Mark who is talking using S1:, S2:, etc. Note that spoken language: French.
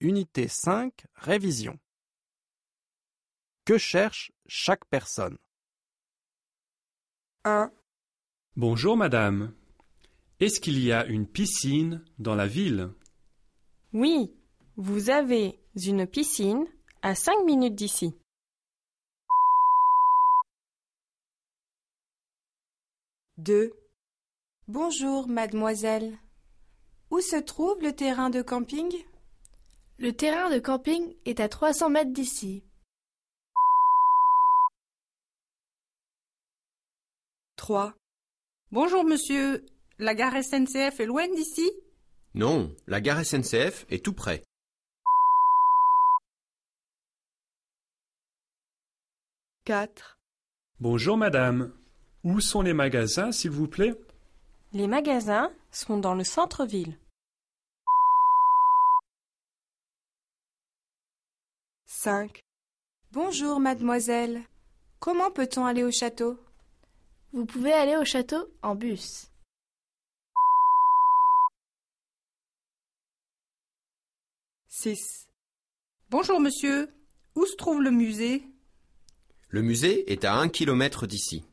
S1: Unité 5, Révision. Que cherche chaque personne
S2: 1,
S3: Bonjour madame. Est-ce qu'il y a une piscine dans la ville
S4: Oui, vous avez une piscine à 5 minutes d'ici.
S2: 2, Bonjour, mademoiselle. Où se trouve le terrain de camping
S5: Le terrain de camping est à 300 mètres d'ici.
S2: 3, Bonjour, monsieur. La gare SNCF est loin d'ici
S6: Non, la gare SNCF est tout près.
S2: 4,
S3: Bonjour madame. Où sont les magasins, s'il vous plaît
S4: Les magasins sont dans le centre-ville.
S2: 5. Bonjour, mademoiselle. Comment peut-on aller au château
S5: Vous pouvez aller au château en bus.
S2: 6. Bonjour, monsieur. Où se trouve le musée
S6: Le musée est à un kilomètre d'ici.